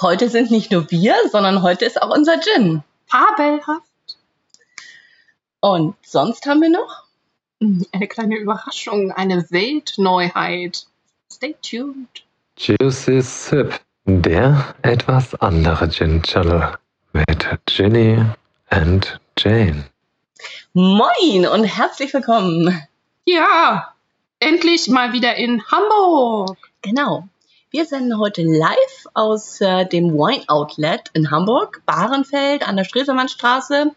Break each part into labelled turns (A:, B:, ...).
A: Heute sind nicht nur wir, sondern heute ist auch unser Gin.
B: Fabelhaft.
A: Und sonst haben wir noch?
B: Eine kleine Überraschung, eine Weltneuheit. Stay tuned.
C: Juicy Sip, der etwas andere Gin Channel mit Ginny and Jane.
A: Moin und herzlich willkommen.
B: Ja, endlich mal wieder in Hamburg.
A: Genau. Wir senden heute live aus äh, dem Wine Outlet in Hamburg, Bahrenfeld an der Stresemannstraße.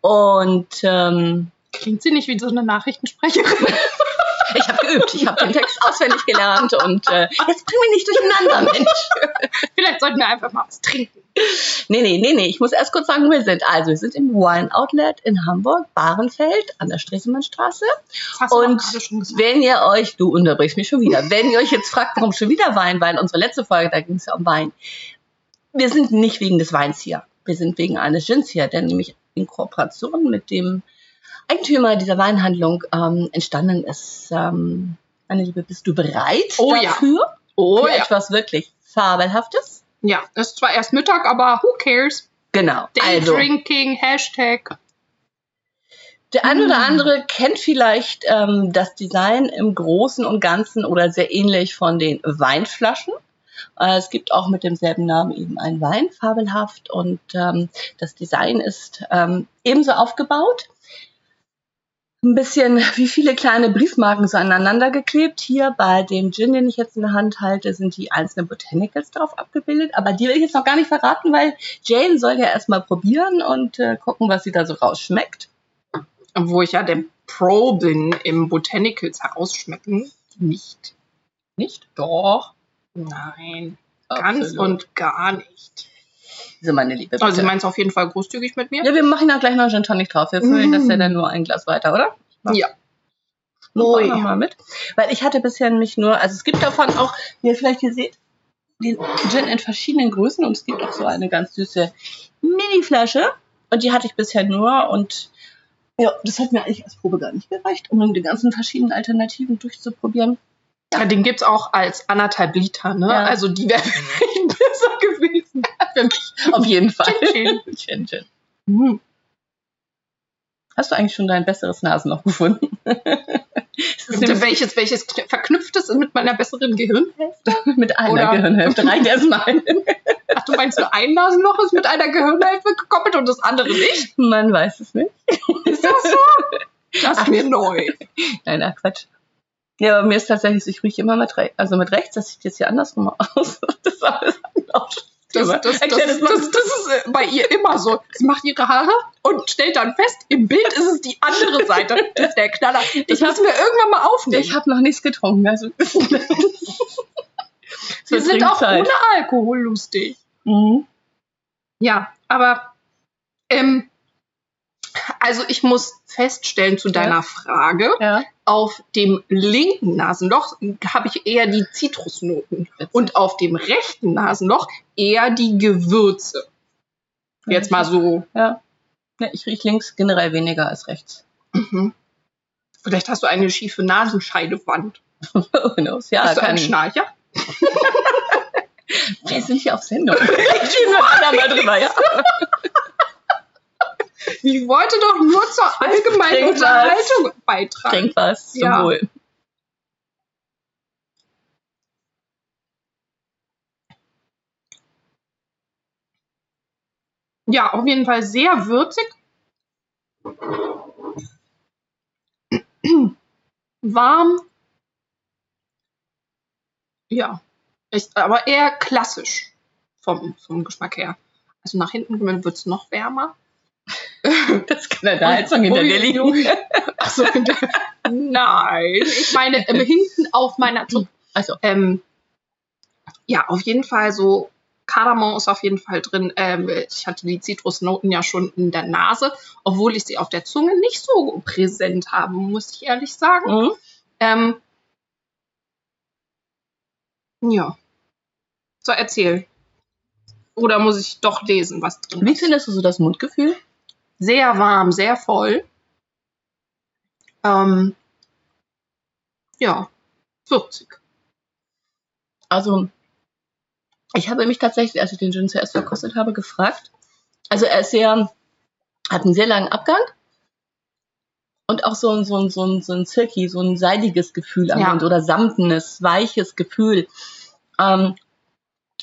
A: Und ähm,
B: Klingt sie nicht wie so eine Nachrichtensprecherin?
A: ich habe geübt, ich habe den Text auswendig gelernt und äh, jetzt bring mich nicht durcheinander, Mensch.
B: Vielleicht sollten wir einfach mal was trinken.
A: Nee, nee, nee, nee. Ich muss erst kurz sagen, wo wir sind. Also, wir sind im Wine Outlet in Hamburg, Bahrenfeld an der Stresemannstraße.
B: Das hast du
A: Und
B: auch gerade schon gesagt.
A: Wenn ihr euch, du unterbrichst mich schon wieder, wenn ihr euch jetzt fragt, warum schon wieder Wein, weil unsere letzte Folge, da ging es ja um Wein. Wir sind nicht wegen des Weins hier. Wir sind wegen eines Gins hier, der nämlich in Kooperation mit dem Eigentümer dieser Weinhandlung ähm, entstanden ist. Ähm, meine Liebe, bist du bereit
B: Oh ja.
A: dafür?
B: Oh
A: Für
B: ja.
A: etwas wirklich Fabelhaftes?
B: Ja, ist zwar erst Mittag, aber who cares?
A: Genau.
B: Day
A: also,
B: Drinking, Hashtag.
A: Der ein oder
B: Mm.
A: andere kennt vielleicht ähm, das Design im Großen und Ganzen oder sehr ähnlich von den Weinflaschen. Äh, es gibt auch mit demselben Namen eben einen Wein, fabelhaft. Und ähm, das Design ist ähm, ebenso aufgebaut. Ein bisschen wie viele kleine Briefmarken so aneinander geklebt. Hier bei dem Gin, den ich jetzt in der Hand halte, sind die einzelnen Botanicals drauf abgebildet. Aber die will ich jetzt noch gar nicht verraten, weil Jane soll ja erstmal probieren und äh, gucken, was sie da so rausschmeckt.
B: Wo ich ja der Pro bin im Botanicals herausschmecken. Nicht.
A: Nicht? Doch.
B: Nein. Ganz und gar nicht.
A: So, meine Liebe. Bitte.
B: Also, sie meint es auf jeden Fall großzügig mit mir.
A: ja, wir machen da gleich noch einen Gin Tonic drauf. Wir füllen
B: Mm. Oh
A: das ja dann nur ein Glas weiter, oder?
B: Ja.
A: Ui.
B: Ui.
A: Noch mal mit. Weil ich hatte bisher nämlich nur, also es gibt davon auch, wie ihr vielleicht hier seht, den Gin in verschiedenen Größen und es gibt auch so eine ganz süße Mini-Flasche und die hatte ich bisher nur und ja, das hat mir eigentlich als Probe gar nicht gereicht, um die ganzen verschiedenen Alternativen durchzuprobieren.
B: Ja, den gibt's auch als anderthalb Liter, ne?
A: Ja.
B: Also die wäre vielleicht besser gewesen.
A: Für mich auf jeden Fall.
B: Gin,
A: Gin, Gin.
B: Hm.
A: Hast du eigentlich schon dein besseres Nasenloch gefunden? es ist nämlich
B: Welches, welches kn- verknüpft es mit meiner besseren Gehirn?
A: mit einer
B: Oder-
A: Gehirnhälfte reicht erstmal.
B: Ach, du meinst, nur ein Nasenloch ist mit einer Gehirnhälfte gekoppelt und das andere nicht?
A: Man weiß es nicht.
B: Ist das so? Das ist mir neu.
A: Nein, ach Quatsch. Ja, aber mir ist tatsächlich so, ich rieche immer mit, rei- also mit rechts, das sieht jetzt hier andersrum aus. Das ist alles anders.
B: Das, das, das, das,
A: Erklär das mal.
B: das, ist äh, bei ihr immer so. Sie macht ihre Haare und stellt dann fest, im Bild ist es die andere Seite. Das ist der Knaller. Das
A: Ich hab-
B: müssen wir irgendwann mal aufnehmen.
A: ich habe noch nichts getrunken. Also
B: wir
A: wird
B: sind auch
A: Trinkzeit.
B: ohne Alkohol lustig.
A: Mhm.
B: Ja, aber ähm, also ich muss feststellen zu deiner
A: Ja.
B: Frage,
A: ja.
B: auf dem linken Nasenloch habe ich eher die Zitrusnoten und auf dem rechten Nasenloch eher die Gewürze. Jetzt mal so.
A: Ja. Ne, ich rieche links generell weniger als rechts.
B: Mhm. Vielleicht hast du eine schiefe Nasenscheidewand.
A: Who knows? Ja,
B: hast du
A: kann-
B: einen Schnarcher?
A: Wir sind hier auf Sendung. Reden wir da mal drüber, ja.
B: Ich wollte doch nur zur
A: Trink
B: allgemeinen
A: was.
B: Unterhaltung beitragen.
A: Trink was zum
B: Ja.
A: Wohl.
B: Ja, auf jeden Fall sehr würzig. Warm. Ja, ist aber eher klassisch vom, vom Geschmack her. Also nach hinten wird es noch wärmer.
A: Das kann er da Heizung hinter
B: Ui,
A: dir liegen.
B: Ui. Ach
A: Also,
B: so, hinter- Nein, ich meine ähm, hinten auf meiner Zunge.
A: Also,
B: Ähm, ja, auf jeden Fall so. Kardamom ist auf jeden Fall drin. Ähm, ich hatte die Zitrusnoten ja schon in der Nase, obwohl ich sie auf der Zunge nicht so präsent habe, muss ich ehrlich sagen.
A: mhm.
B: Ähm, ja. So, erzähl. Oder muss ich doch lesen, was drin
A: wie findest du so das Mundgefühl?
B: sehr warm, sehr voll. Ähm, ja, würzig.
A: Also Ich habe mich tatsächlich, als ich den Gin zuerst verkostet habe, gefragt. Also er ist sehr, hat einen sehr langen Abgang und auch so ein, so ein, so ein, so ein silky, so ein seidiges Gefühl am
B: Ja.
A: Mund oder samtenes, weiches Gefühl. Ähm,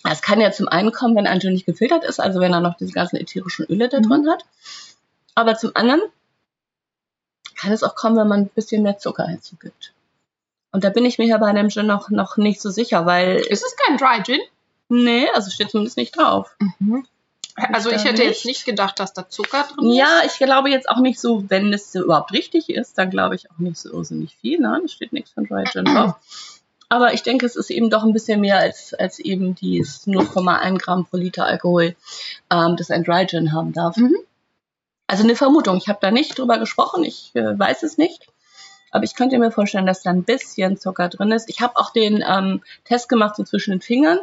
A: das kann ja zum einen kommen, wenn ein Gin nicht gefiltert ist, also wenn er noch diese ganzen ätherischen Öle da
B: Mhm.
A: drin hat. Aber zum anderen kann es auch kommen, wenn man ein bisschen mehr Zucker hinzugibt. Und da bin ich mir ja bei einem Gin noch, noch nicht so sicher, weil
B: Ist es kein Dry Gin?
A: Nee, also steht zumindest nicht drauf.
B: Also
A: Ich
B: ich
A: da
B: hätte
A: nicht.
B: jetzt nicht gedacht, dass da Zucker drin ist.
A: Ja, ich glaube jetzt auch nicht so, wenn es überhaupt richtig ist, dann glaube ich auch nicht so irrsinnig viel. Nein, es steht nichts von Dry Gin drauf. Aber ich denke, es ist eben doch ein bisschen mehr als, als eben dieses 0,1 Gramm pro Liter Alkohol, ähm, das ein Dry Gin haben darf.
B: Mhm.
A: Also eine Vermutung. Ich habe da nicht drüber gesprochen. Ich äh, weiß es nicht. Aber ich könnte mir vorstellen, dass da ein bisschen Zucker drin ist. Ich habe auch den ähm, Test gemacht so zwischen den Fingern.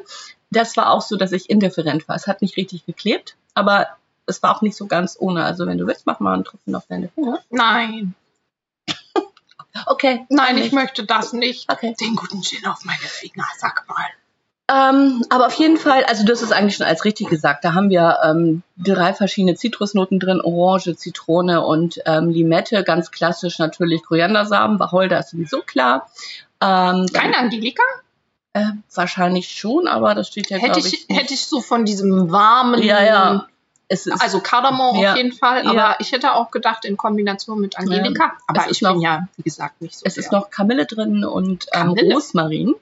A: Das war auch so, dass ich indifferent war. Es hat nicht richtig geklebt, aber es war auch nicht so ganz ohne. Also wenn du willst, mach mal einen Tropfen auf deine Finger.
B: Nein,
A: Okay,
B: nein, ich möchte das nicht.
A: Okay.
B: Den guten Gin auf meine Finger, sag mal.
A: Ähm, aber auf jeden Fall, also das ist eigentlich schon als richtig gesagt. Da haben wir ähm, drei verschiedene Zitrusnoten drin: Orange, Zitrone und ähm, Limette. Ganz klassisch natürlich Koriandersamen, Wacholder ist sowieso klar. Ähm,
B: Keine Angelika?
A: äh, wahrscheinlich schon, aber das steht ja
B: hätte,
A: glaube
B: ich,
A: ich.
B: hätte ich so von diesem warmen,
A: Ja, ja. Es ist,
B: also Kardamom
A: Ja.
B: auf jeden Fall, aber
A: Ja.
B: ich hätte auch gedacht in Kombination mit Angelika.
A: Es
B: Aber
A: ist
B: ich bin
A: noch-
B: ja, wie gesagt, nicht so.
A: es ist
B: der-
A: noch Kamille drin und ähm,
B: Kamille?
A: Rosmarin.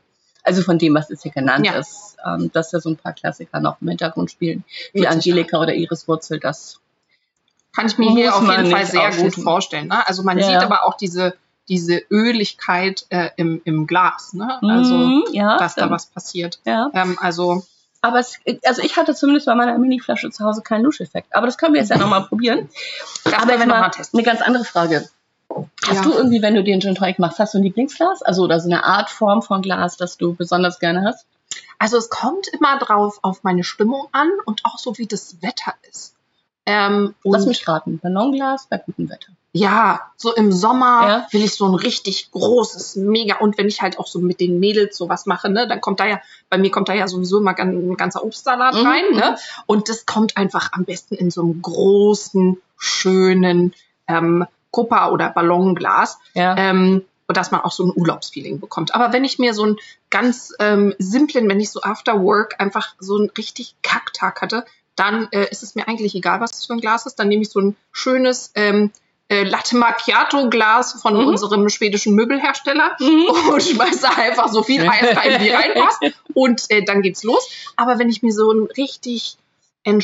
A: Also von dem, was es hier genannt
B: Ja.
A: ist, ähm, dass da so ein paar Klassiker noch im Hintergrund spielen, wie
B: Mit
A: Angelika oder Iris Wurzel, das
B: kann ich mir
A: Muss
B: hier auf
A: man
B: jeden Fall
A: nicht
B: sehr gut
A: ausschließen.
B: vorstellen. Ne? Also man
A: Ja.
B: sieht aber auch diese, diese Öligkeit äh, im, im Glas, ne? also
A: Mhm, ja,
B: dass da
A: stimmt.
B: was passiert.
A: Ja.
B: Ähm, also
A: Aber es, also ich hatte zumindest bei meiner Mini-Flasche zu Hause keinen Luscheffekt. Aber das können wir jetzt ja nochmal probieren.
B: das
A: Aber
B: können wir
A: jetzt mal
B: nochmal testen.
A: eine ganz andere Frage. Hast
B: Ja.
A: du irgendwie, wenn du den Gin Tonic machst, hast du ein Lieblingsglas? Also oder so eine Art Form von Glas, das du besonders gerne hast?
B: Also es kommt immer drauf auf meine Stimmung an und auch so wie das Wetter ist. Ähm,
A: Lass
B: und
A: mich raten. Ballonglas bei gutem Wetter.
B: ja, so im Sommer
A: Ja.
B: will ich so ein richtig großes, mega. Und wenn ich halt auch so mit den Mädels sowas mache, ne, dann kommt da ja, bei mir kommt da ja sowieso immer gan- ein ganzer Obstsalat
A: Mhm.
B: rein, ne? Und das kommt einfach am besten in so einem großen, schönen ähm, Kuppa- oder Ballonglas.
A: Ja.
B: Ähm, und dass man auch so ein Urlaubsfeeling bekommt. Aber wenn ich mir so einen ganz ähm, simplen, wenn ich so after work einfach so einen richtig Kacktag hatte, dann äh, ist es mir eigentlich egal, was das für ein Glas ist. Dann nehme ich so ein schönes ähm, äh, Latte Macchiato-Glas von
A: Mhm.
B: unserem schwedischen Möbelhersteller
A: Mhm.
B: und schmeiße da einfach so viel Eis rein, wie reinpasst. Und äh, dann geht's los. Aber wenn ich mir so einen richtig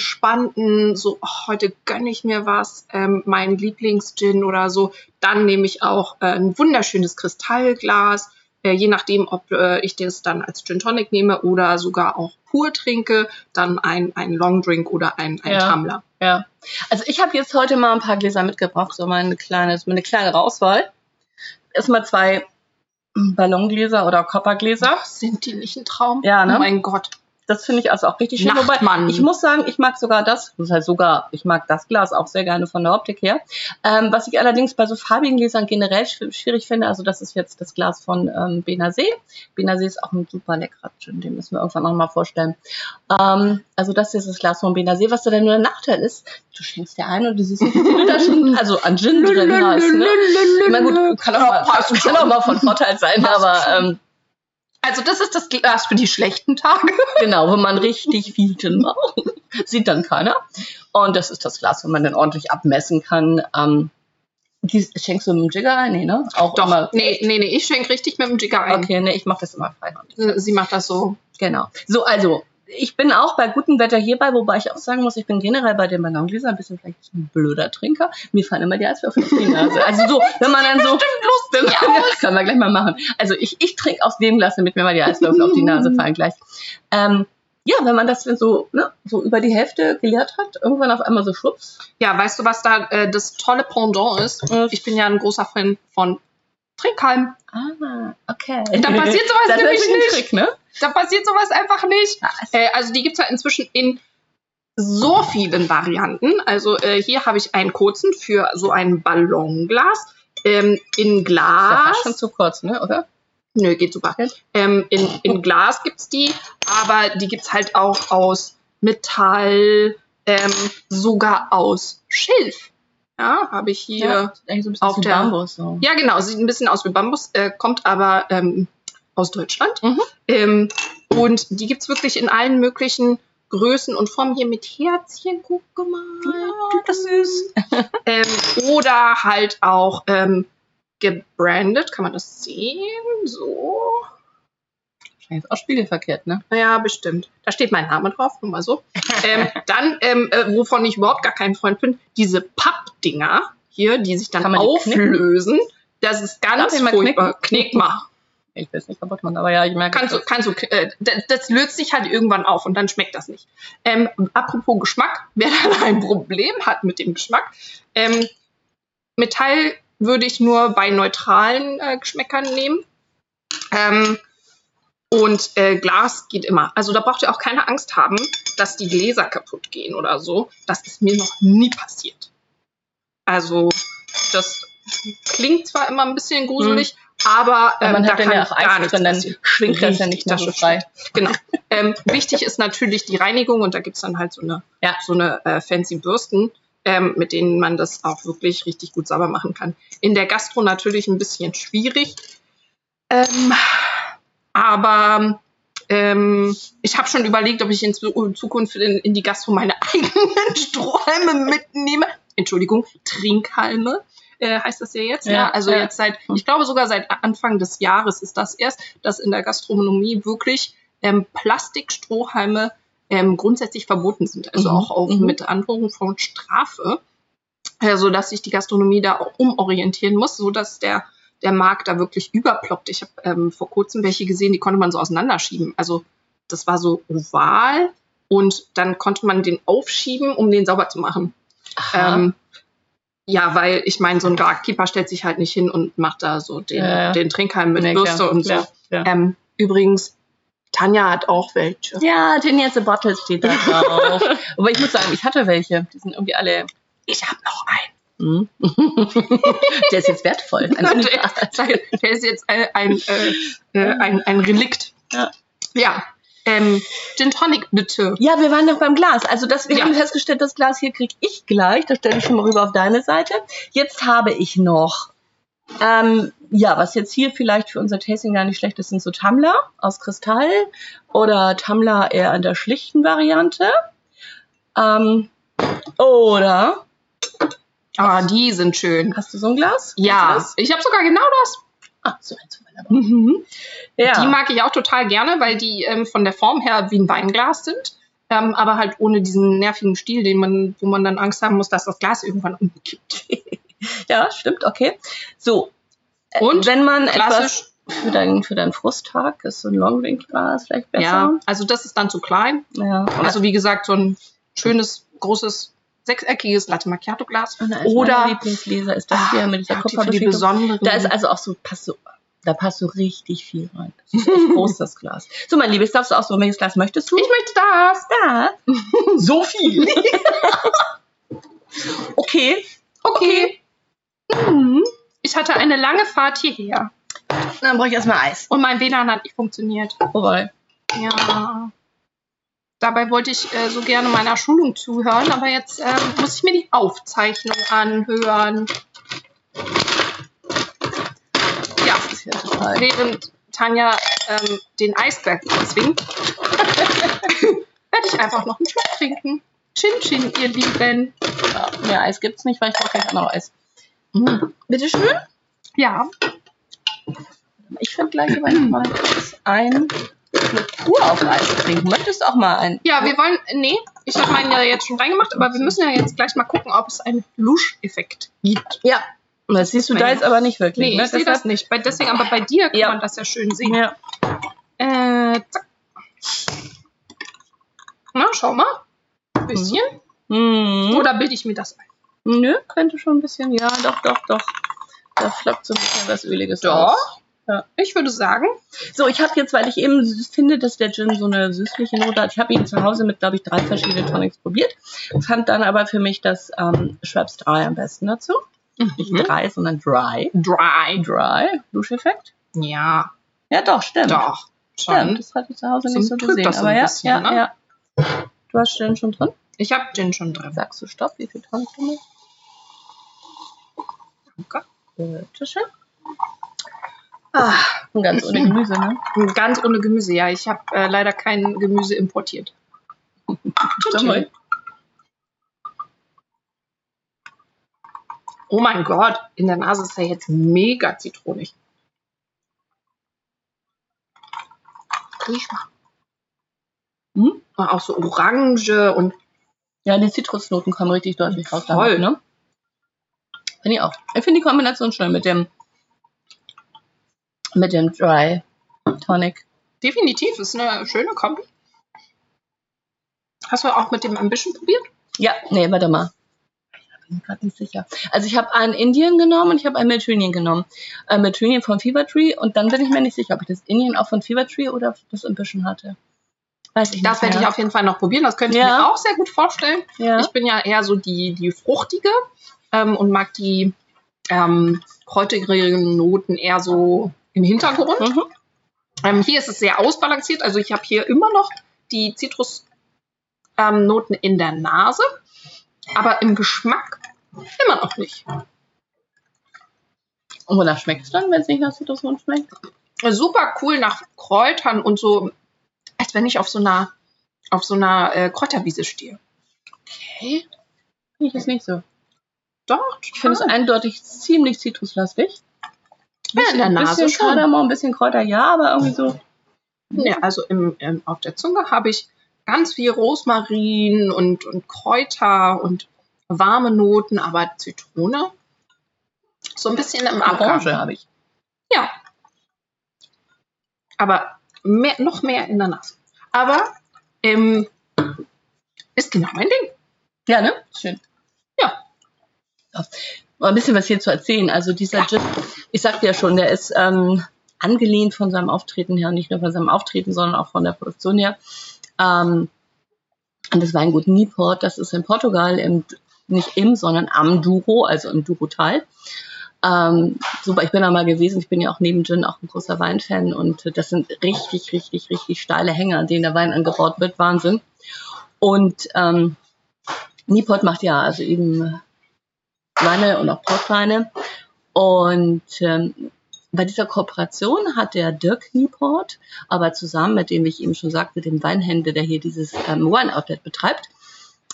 B: entspannten, so oh, heute gönne ich mir was, ähm, mein Lieblingsgin oder so, dann nehme ich auch äh, ein wunderschönes Kristallglas. Äh, je nachdem, ob äh, ich das dann als Gin Tonic nehme oder sogar auch pur trinke, dann ein, ein Long Drink oder ein, ein
A: Ja.
B: Tumbler.
A: Ja. Also ich habe jetzt heute mal ein paar Gläser mitgebracht, so meine kleine, meine kleinere Auswahl. Erstmal zwei Ballongläser oder Koppergläser.
B: Sind die nicht ein Traum?
A: Ja, ne?
B: Oh mein Gott.
A: Das finde ich also auch richtig schön.
B: Nachtmann.
A: Wobei, ich muss sagen, ich mag sogar das, das heißt sogar, ich mag das Glas auch sehr gerne von der Optik her. Ähm, was ich allerdings bei so farbigen Gläsern generell schw- schwierig finde, also das ist jetzt das Glas von ähm, Benasee. Benasee ist auch ein super leckerer Gin, den müssen wir irgendwann auch mal vorstellen. Ähm, also das hier ist das Glas von Benasee. Was da dann nur der Nachteil ist, du schenkst dir ein und du siehst, wie viel da schon, also an Gin drin hast. Ne? Na gut, kann auch,
B: Ja,
A: mal,
B: passt
A: kann auch mal von Vorteil sein,
B: Passt
A: aber
B: schon.
A: ähm,
B: Also das ist das Glas für die schlechten Tage.
A: Genau, wenn man richtig viel Gin braucht, sieht dann keiner. Und das ist das Glas, wenn man dann ordentlich abmessen kann. Ähm, die schenkst du mit dem Jigger ein? Nee, ne? Auch
B: Doch,
A: immer.
B: nee, nee, nee, ich schenke richtig mit dem Jigger ein.
A: Okay, ne, ich mache das immer freihand.
B: Äh, Sie macht das so.
A: Genau. So, also, ich bin auch bei gutem Wetter hierbei, wobei ich auch sagen muss, ich bin generell bei den Ballongläsern ein bisschen vielleicht ein blöder Trinker. Mir fallen immer die Eiswürfel auf die Nase. Also so, wenn man dann so... Lust Das können wir gleich mal machen. Also ich, ich trinke aus dem Glas, damit mir mal die Eiswürfel auf die Nase fallen gleich. Ähm, ja, wenn man das dann so, ne, so über die Hälfte geleert hat, irgendwann auf einmal so schwupps.
B: Ja, weißt du, was da äh, das tolle Pendant ist?
A: Äh,
B: Ich bin ja ein großer Fan von Trinkhalm.
A: Ah, okay.
B: Da passiert sowas
A: das ist
B: nämlich
A: natürlich ein
B: nicht.
A: Trick, ne?
B: Da passiert sowas einfach nicht. Äh, also die gibt's ja inzwischen in so vielen Varianten. Also äh, hier habe ich einen kurzen für so ein Ballonglas. Ähm, in
A: Das war
B: Glas.
A: schon zu kurz, ne, oder?
B: Nö, geht super.
A: Ja.
B: Ähm, in,
A: Oh.
B: in Glas gibt's die, aber die gibt's halt auch aus Metall, ähm, sogar aus Schilf. Ja, habe ich hier.
A: Ja, sieht eigentlich so ein bisschen
B: Auf
A: wie
B: der-
A: Bambus. So.
B: Ja, genau, sieht ein bisschen aus wie Bambus, äh, kommt aber ähm, aus Deutschland.
A: Mhm.
B: Ähm, und die gibt's wirklich in allen möglichen Größen und Formen hier mit Herzchen, guck mal.
A: das ist.
B: Ähm, oder halt auch ähm, gebrandet, kann man das sehen? So.
A: Ist auch spiegelverkehrt, ne?
B: Ja, bestimmt. Da steht mein Name drauf, nur mal so. ähm, dann, ähm, äh, wovon ich überhaupt gar kein Freund bin, diese Pappdinger hier, die sich
A: Kann
B: dann
A: man die
B: auflösen. Das ist
A: Darf
B: ganz
A: ich mal
B: furchtbar. Knick mal.
A: Ich will es nicht kaputt machen, aber ja, ich merke
B: Kannst du, kannst du, äh, das, das löst sich halt irgendwann auf und dann schmeckt das nicht. Ähm, apropos Geschmack, wer dann ein Problem hat mit dem Geschmack, ähm, Metall würde ich nur bei neutralen äh, Geschmäckern nehmen. Ähm, und äh, Glas geht immer. Also da braucht ihr auch keine Angst haben, dass die Gläser kaputt gehen oder so. Das ist mir noch nie passiert. Also das klingt zwar immer ein bisschen gruselig, aber,
A: Mhm.
B: ähm,
A: Aber man
B: da
A: hat dann
B: kann
A: ja auch
B: gar
A: Eis
B: nichts
A: drin, dann
B: passieren.
A: schwingt das ja nicht mehr so
B: Richtig,
A: frei.
B: Genau. Ähm, wichtig ist natürlich die Reinigung und da gibt's dann halt so eine,
A: Ja.
B: so eine äh, fancy Bürsten, ähm, mit denen man das auch wirklich richtig gut sauber machen kann. In der Gastro natürlich ein bisschen schwierig, ähm, aber ähm, ich habe schon überlegt, ob ich in Zu- Zukunft in, in die Gastro meine eigenen Strohhalme mitnehme. Entschuldigung, Trinkhalme. Äh, heißt das ja jetzt?
A: Ja,
B: Ja, also
A: ja.
B: jetzt seit, ich glaube sogar seit Anfang des Jahres ist das erst, dass in der Gastronomie wirklich ähm, Plastikstrohhalme ähm, grundsätzlich verboten sind, also
A: Mhm,
B: auch auf,
A: mhm.
B: mit Androhung von Strafe, äh, sodass sich die Gastronomie da auch umorientieren muss, sodass der, der Markt da wirklich überploppt. Ich habe ähm, vor kurzem welche gesehen, die konnte man so auseinanderschieben. Also das war so oval und dann konnte man den aufschieben, um den sauber zu machen.
A: Aha.
B: Ähm, ja, weil ich meine, so ein Barkeeper stellt sich halt nicht hin und macht da so den,
A: Ja, ja.
B: den Trinkhalm mit
A: Nee, klar,
B: Bürste und so.
A: klar, klar.
B: Ähm, übrigens, Tanja hat auch welche.
A: Ja, Gin jetzt a Bottle steht da drauf. Aber ich muss sagen, ich hatte welche. Die sind irgendwie alle.
B: Ich habe noch
A: Hm.
B: einen.
A: Der ist jetzt wertvoll. Ein Unikat.
B: Der ist Also jetzt ein, ein, äh, äh, ein, ein Relikt.
A: Ja.
B: ja. Ähm, Gin Tonic bitte.
A: Ja, wir waren noch beim Glas. Also das, wir
B: Ja.
A: haben festgestellt, das Glas hier krieg ich gleich. Das stelle ich schon mal rüber auf deine Seite. Jetzt habe ich noch, ähm, ja, was jetzt hier vielleicht für unser Tasting gar nicht schlecht ist, sind so Tumbler aus Kristall oder Tumbler eher in der schlichten Variante. Ähm, oder
B: Ah, die sind schön.
A: hast du so ein Glas?
B: Ja,
A: Hast du
B: ich habe sogar genau das.
A: das? Ah, so eins von meiner.
B: Mhm. Die
A: Ja.
B: mag ich auch total gerne, weil die ähm, von der Form her wie ein Weinglas sind, ähm, aber halt ohne diesen nervigen Stiel, den man, wo man dann Angst haben muss, dass das Glas irgendwann umkippt.
A: ja, stimmt, okay. So. Äh,
B: Und?
A: wenn man
B: Klassisch.
A: etwas für deinen, für deinen Frusttag ist so ein Longdrink-Glas vielleicht besser.
B: Ja, also das ist dann zu klein.
A: Ja.
B: Also wie gesagt, so ein schönes, großes, sechseckiges Latte Macchiato Glas.
A: Und da ist
B: Oder-
A: mein Lieblingsleser ist das hier mit dieser
B: Ja, die, für die
A: Kupferbeschichtung.
B: besonderen.
A: Da ist also auch so, passt so, da passt so richtig viel rein. Das ist echt groß, das Glas. So, mein Liebes, darfst du auch so, welches Glas möchtest du?
B: ich möchte das.
A: da. Hm, so viel. okay.
B: Okay. Mhm. Ich hatte eine lange Fahrt hierher
A: Dann brauche ich erstmal Eis.
B: und mein WLAN hat nicht funktioniert.
A: Wobei.
B: Ja. Dabei wollte ich äh, so gerne meiner Schulung zuhören, aber jetzt äh, muss ich mir die Aufzeichnung anhören. Ja,
A: Das ist ja total.
B: während Tanja ähm, den Eisberg zwingt, werde ich einfach noch einen Schluck trinken. Chin Chin, ihr Lieben.
A: Ja, mehr Eis gibt's nicht, weil ich brauche kein anderes Eis. Mm. Bitteschön.
B: Ja,
A: Ich vergleiche aber mal kurz ein eine Kur auf Eis trinken. Möchtest du auch mal ein?
B: ja, wir wollen. Nee, ich habe meinen ja jetzt schon reingemacht, aber wir müssen ja jetzt gleich mal gucken, ob es einen Lusch-Effekt gibt.
A: Ja. Das siehst du da jetzt aber nicht wirklich.
B: Nee,
A: ne?
B: ich sehe das
A: Deshalb-
B: nicht. Bei, deswegen, aber bei dir kann
A: Ja.
B: man das ja schön sehen.
A: Ja.
B: Äh, zack. Na, schau mal. Ein bisschen.
A: Mhm.
B: Oder bilde ich mir das ein?
A: Nö, könnte schon ein bisschen. Ja, doch, doch, doch. Da flockt so ein bisschen was Öliges
B: Doch.
A: raus.
B: Ich würde sagen,
A: So, ich habe jetzt, weil ich eben s- finde, dass der Gin so eine süßliche Note hat. Ich habe ihn zu Hause mit, glaube ich, drei verschiedenen Tonics probiert. Fand dann aber für mich das ähm, Schwabs 3 am besten dazu. Nicht
B: Mhm.
A: 3, sondern Dry.
B: dry.
A: Dry, Duscheffekt.
B: Ja.
A: Ja, doch, stimmt.
B: Doch,
A: stimmt.
B: schon.
A: Das hatte ich zu Hause
B: So
A: nicht so
B: trübt
A: gesehen.
B: das so
A: aber
B: ein
A: ja,
B: bisschen,
A: ja,
B: ne?
A: ja. Du hast Gin schon drin?
B: Ich habe Gin schon drin.
A: Sagst du Stopp? Wie viel Tonnen du?
B: Danke.
A: Bitte schön. Äh, Ah, und ganz ohne Gemüse, ne?
B: Ganz ohne Gemüse, ja. Ich habe äh, leider kein Gemüse importiert.
A: Stimmt.
B: Oh mein Gott, in der Nase ist er jetzt mega zitronig. Riech mal.
A: Hm?
B: Und Auch so Orange und
A: Ja, die Zitrusnoten kommen richtig deutlich raus.
B: Voll.
A: Damit, ne? Finde ich auch. Ich finde die Kombination schön mit dem mit dem Dry Tonic.
B: definitiv ist eine schöne Kombi. Hast du auch mit dem Ambition probiert?
A: Ja, nee, warte mal. Ich bin mir gerade nicht sicher. Also ich habe einen Indien genommen und ich habe einen Mediterranean genommen. Äh, Mediterranean von Fever Tree und dann bin ich mir nicht sicher, ob ich das Indien auch von Fever Tree oder das Ambition hatte. Weiß ich nicht.
B: Das werde ich
A: mehr.
B: auf jeden Fall noch probieren. Das könnte ich
A: Ja.
B: mir auch sehr gut vorstellen.
A: Ja.
B: Ich bin ja eher so die, die fruchtige ähm, und mag die ähm, kräutigeren Noten eher so im Hintergrund.
A: Mhm.
B: Ähm, hier ist es sehr ausbalanciert. Also ich habe hier immer noch die Zitrusnoten ähm, Noten in der Nase, aber im Geschmack immer noch nicht.
A: Und wonach schmeckt es dann, wenn es nicht nach Zitrusnoten schmeckt?
B: Super cool nach Kräutern und so, als wenn ich auf so einer, auf so einer äh, Kräuterwiese stehe.
A: Okay. Finde ich das nicht so.
B: Doch,
A: Ich finde es eindeutig ziemlich zitruslastig.
B: Ja, in der
A: Ein
B: Nase
A: bisschen
B: schon.
A: Kardamom, ein bisschen Kräuter, ja, aber irgendwie so.
B: Ja, also im, im, auf der Zunge habe ich ganz viel Rosmarin und, und Kräuter und warme Noten, aber Zitrone so ein bisschen im Abgang.
A: Orange habe ich.
B: Ja. Aber mehr, noch mehr in der Nase. Aber ähm, ist genau mein Ding.
A: Ja, ne? Schön.
B: Ja.
A: Mal ein bisschen was hier zu erzählen. Also dieser Gin, ich sagte ja schon, der ist ähm, angelehnt von seinem Auftreten her, nicht nur von seinem Auftreten, sondern auch von der Produktion her. Ähm, und das war ein gut Nieport, das ist in Portugal, im, nicht im, sondern am Douro, also im Douro-Tal. Ähm, super, ich bin da mal gewesen. Ich bin ja auch neben Gin auch ein großer Weinfan und äh, das sind richtig, richtig, richtig steile Hänge, an denen der Wein angebaut wird. Wahnsinn. Und ähm, Nieport macht ja also eben Weine und auch Portweine. Und ähm, bei dieser Kooperation hat der Dirk Nieport, aber zusammen mit dem, wie ich eben schon sagte, dem Weinhändler, der hier dieses ähm, Wine Outlet betreibt,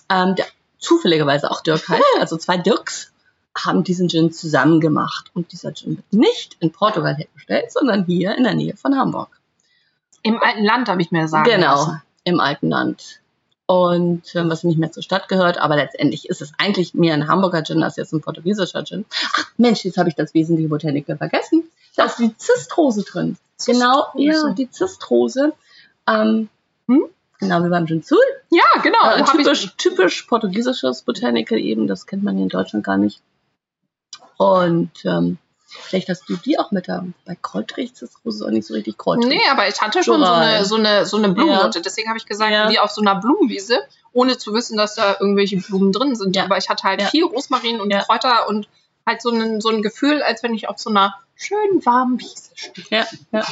A: ähm, der zufälligerweise auch Dirk heißt, also zwei Dirks, haben diesen Gin zusammen gemacht. Und dieser Gin wird nicht in Portugal hergestellt, sondern hier in der Nähe von Hamburg.
B: Im alten Land habe ich mir sagen
A: Genau,
B: lassen.
A: im alten Land. Und ähm, was nicht mehr zur Stadt gehört, aber letztendlich ist es eigentlich mehr ein Hamburger Gin als jetzt ein portugiesischer Gin. Ach Mensch, jetzt habe ich das wesentliche Botanicke vergessen. Da ist die Zistrose drin. Genau, ja, die Zistrose. Ähm,
B: Hm?
A: Genau wie beim Gin Zul.
B: Ja, genau.
A: Äh,
B: hab ich-
A: typisch, typisch portugiesisches Botanical eben, das kennt man hier in Deutschland gar nicht. Und ähm, vielleicht hast du die auch mit da. Bei Kräutrich Zistrose ist auch nicht so richtig Kräutrig.
B: Nee, aber ich hatte schon so
A: Floral.
B: eine, so eine, so eine Blumennote. Deswegen habe ich gesagt,
A: Ja.
B: wie auf so einer Blumenwiese, ohne zu wissen, dass da irgendwelche Blumen drin sind.
A: Ja.
B: Aber ich hatte halt
A: Ja.
B: viel Rosmarin und
A: Ja.
B: Kräuter und halt so ein, so ein Gefühl, als wenn ich auf so einer schönen warmen Wiese stehe.
A: Ja, ja.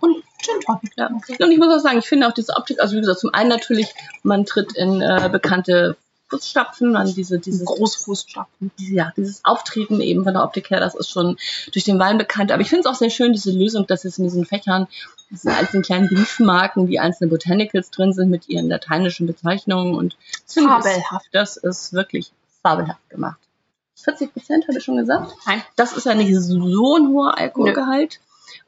B: Und schön trocken.
A: Ja. Und ich muss auch sagen, ich finde auch diese Optik, also wie gesagt, zum einen natürlich, man tritt in äh, bekannte Fußstapfen, man diese, dieses,
B: Großfußstapfen.
A: diese, ja, dieses Auftreten eben von der Optik her, das ist schon durch den Wein bekannt. Aber ich finde es auch sehr schön, diese Lösung, dass es in diesen Fächern, diesen einzelnen kleinen Briefmarken, die einzelnen Botanicals drin sind mit ihren lateinischen Bezeichnungen und ich finde, das-
B: Fabelhaft.
A: Das ist wirklich fabelhaft gemacht. 40 Prozent, habe ich schon gesagt.
B: Nein.
A: Das ist ja nicht so ein hoher Alkoholgehalt.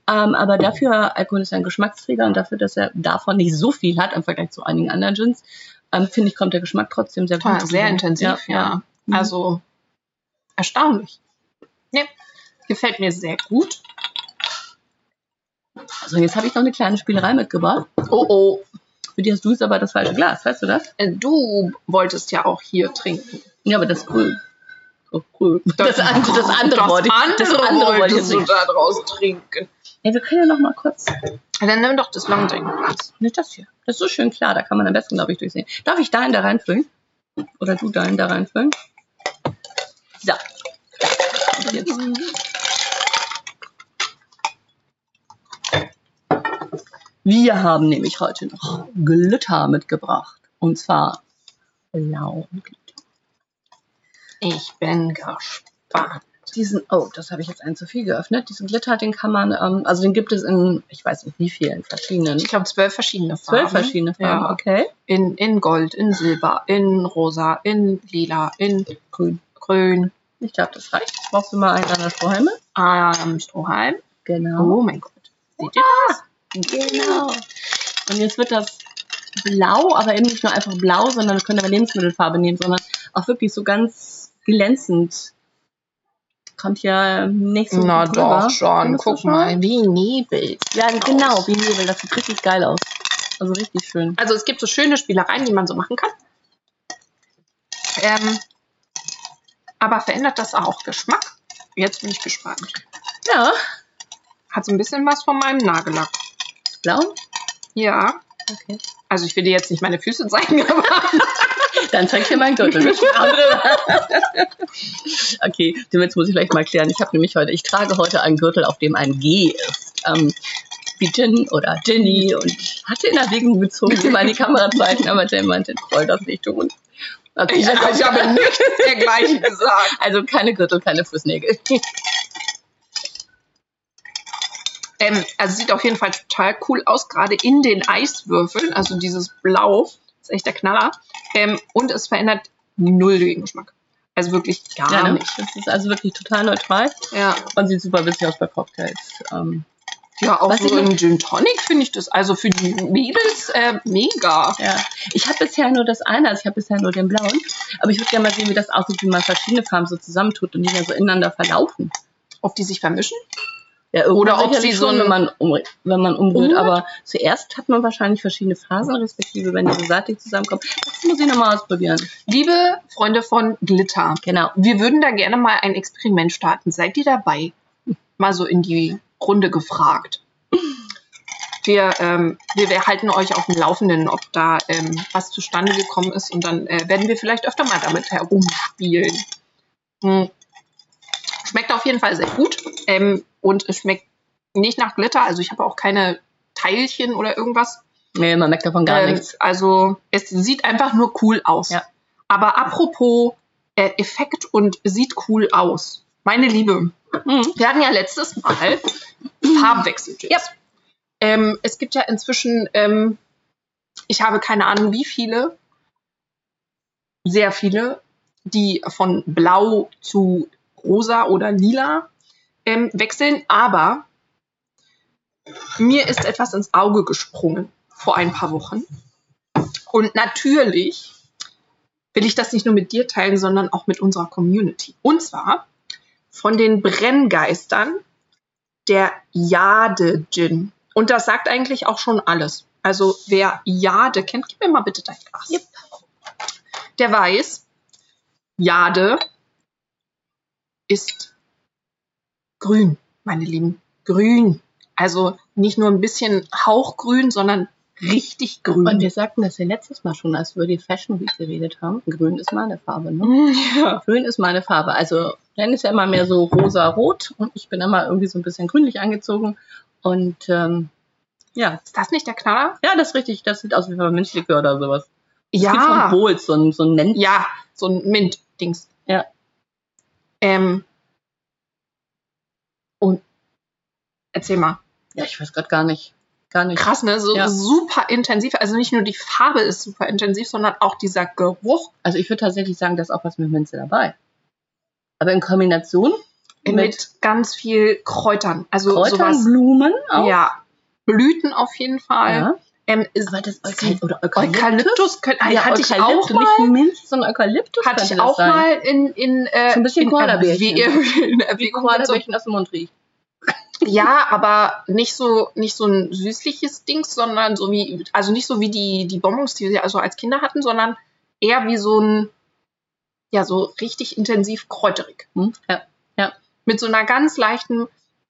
A: Ähm, aber dafür, Alkohol ist ein Geschmacksträger und dafür, dass er davon nicht so viel hat im Vergleich zu einigen anderen Gins, ähm, finde ich, kommt der Geschmack trotzdem sehr
B: Toll,
A: gut.
B: Ah, sehr
A: rüber.
B: intensiv, ja.
A: Mhm.
B: Also erstaunlich. Ja. Gefällt mir sehr gut.
A: So, jetzt habe ich noch eine kleine Spielerei mitgebracht.
B: Oh oh.
A: Für die hast du jetzt aber das falsche Glas, weißt du das?
B: Äh, Du wolltest ja auch hier trinken.
A: Ja, aber das ist cool. Oh, cool. Das, an- das andere
B: das
A: wollte ich-
B: andere
A: das andere wollte ich
B: wolltest du
A: nicht.
B: da draus trinken.
A: Ja, wir können ja noch mal kurz.
B: Dann nimm doch das Longdrink.
A: Nicht das hier. Das ist so schön klar, da kann man am besten, glaube ich, durchsehen. Darf ich deinen da reinfüllen? Oder du deinen da reinfüllen? So. Da. Hab ich Jetzt. Wir haben nämlich heute noch Glitter mitgebracht. Und zwar blau.
B: Ich bin gespannt.
A: Diesen, oh, das habe ich jetzt ein zu viel geöffnet. Diesen Glitter, den kann man, ähm, also den gibt es in, ich weiß nicht wie vielen verschiedenen.
B: Ich glaube, zwölf verschiedene Farben.
A: Zwölf verschiedene Farben,
B: Ja.
A: okay.
B: In, in Gold, in Silber, in Rosa, in Lila, in
A: Grün.
B: Grün,
A: Ich glaube, das reicht. Brauchst du mal einen deiner Strohhalme?
B: am Strohhalm.
A: Genau.
B: Oh mein Gott. Seht ihr das?
A: Genau. Und jetzt wird das blau, aber eben nicht nur einfach blau, sondern wir können aber Lebensmittelfarbe nehmen, sondern auch wirklich so ganz glänzend. Kommt ja nicht so
B: Na
A: gut
B: doch
A: rüber.
B: schon,
A: Findest du
B: guck mal, wie Nebel.
A: Ja, genau, wie Nebel. Das sieht richtig geil aus. Also richtig schön.
B: Also es gibt so schöne Spielereien, die man so machen kann. Ähm, aber verändert das auch Geschmack? Jetzt bin ich gespannt.
A: Ja,
B: Hat so ein bisschen was von meinem Nagellack.
A: blau.
B: Ja.
A: Okay.
B: Also ich will dir jetzt nicht meine Füße zeigen, aber
A: Dann zeig dir meinen Gürtel. Wir schauen drüber. okay, den Witz muss ich vielleicht mal klären. Ich habe nämlich heute, ich trage heute einen Gürtel, auf dem ein G ist. Ähm, wie Gin oder Ginny und ich hatte in Erwägung gezogen, die mal in die Kamera zeigen, aber Jane meinte, ich soll das nicht tun. Okay,
B: ich,
A: also,
B: ich habe nichts dergleichen gesagt.
A: also keine Gürtel, keine Fußnägel.
B: Ähm, also sieht auf jeden Fall total cool aus, gerade in den Eiswürfeln. Also dieses Blau ist echt der Knaller. Ähm, und es verändert null den Geschmack. Also wirklich gar
A: Ja, ne?
B: nicht.
A: Das ist also wirklich total neutral
B: Ja.
A: und sieht super witzig aus bei Cocktails. Ähm,
B: Ja, auch
A: Was
B: so
A: ich noch-
B: im Gin Tonic finde ich das. Also für die Mädels äh, mega.
A: Ja, ich habe bisher nur das eine, also ich habe bisher nur den blauen, aber ich würde gerne mal sehen, wie das aussieht, wie man verschiedene Farben so zusammentut und die dann so ineinander verlaufen.
B: Ob die sich vermischen?
A: Ja, irgendwann
B: Oder ob
A: sicherlich
B: sie so
A: schon,
B: ein-
A: wenn man, umrührt, wenn man umrührt,
B: Umrührt?
A: aber zuerst hat man wahrscheinlich verschiedene Phasen, respektive wenn die so seitlich zusammenkommen. Das muss ich nochmal ausprobieren.
B: Liebe Freunde von Glitter,
A: Genau.
B: wir würden da gerne mal ein Experiment starten. Seid ihr dabei? Mal so in die Runde gefragt. Wir, ähm, wir, wir halten euch auf dem Laufenden, ob da ähm, was zustande gekommen ist. Und dann äh, werden wir vielleicht öfter mal damit herumspielen. Hm. Schmeckt auf jeden Fall sehr gut. Ähm, und es schmeckt nicht nach Glitter. Also ich habe auch keine Teilchen oder irgendwas.
A: Nee, man merkt davon gar
B: Ähm,
A: nichts.
B: Also es sieht einfach nur cool aus.
A: Ja.
B: Aber apropos äh, Effekt und sieht cool aus. Meine Liebe,
A: Mhm.
B: wir hatten ja letztes Mal Farbwechsel.
A: Ja.
B: Ähm, es gibt ja inzwischen, ähm, ich habe keine Ahnung wie viele, sehr viele, die von blau zu rosa oder lila ähm, wechseln. Aber mir ist etwas ins Auge gesprungen vor ein paar Wochen. Und natürlich will ich das nicht nur mit dir teilen, sondern auch mit unserer Community. Und zwar von den Brenngeistern der Jade-Gin. Und das sagt eigentlich auch schon alles. Also wer Jade kennt, gib mir mal bitte dein Glas.
A: Yep.
B: Der weiß, Jade ist grün, meine Lieben. Grün. Also nicht nur ein bisschen hauchgrün, sondern richtig grün.
A: Und wir sagten das ja letztes Mal schon, als wir über die Fashion Week geredet haben. Grün ist meine Farbe, ne?
B: Ja.
A: Grün ist meine Farbe. Also dann ist ja immer mehr so rosa-rot und ich bin immer irgendwie so ein bisschen grünlich angezogen. Und ähm, ja.
B: Ist das nicht der Knaller?
A: ja, das ist richtig. Das sieht aus wie Pfefferminzlikör oder sowas. Es gibt von Bowls so ein, so ein Nen
B: Ja, so ein Mint-Dings.
A: Ja.
B: Ähm. Und erzähl mal.
A: Ja, ich weiß gerade gar nicht. Gar nicht.
B: Krass, ne? So
A: Ja.
B: super intensiv. Also nicht nur die Farbe ist super intensiv, sondern auch dieser Geruch
A: Also ich würde tatsächlich sagen, da ist auch was mit Minze dabei. Aber in Kombination
B: mit,
A: mit,
B: ganz viel Kräutern. Also
A: Kräutern,
B: sowas.
A: Blumen auch.
B: Ja. Blüten auf jeden Fall.
A: Ja.
B: Ähm, ist-
A: Aber das
B: Sie-
A: Eukalyptus. Oder
B: Eukalyptus könnte,
A: Ja,
B: hatte
A: Eukalyptus,
B: ich auch mal.
A: nicht Minze, sondern Eukalyptus.
B: Hatte
A: könnte
B: ich
A: das
B: auch
A: sein.
B: mal in, in, äh,
A: So ein bisschen
B: in,
A: Koalabärchen.
B: Erwägung- in
A: Wie
B: Erwägung gezogen.
A: Koala-Bärchen aus dem Mund riecht.
B: Ja, aber nicht so, nicht so ein süßliches Ding, sondern so wie, also nicht so wie die, die Bonbons, die wir also als Kinder hatten, sondern eher wie so ein, ja, so richtig intensiv kräuterig.
A: Hm? Ja.
B: Mit so einer ganz leichten,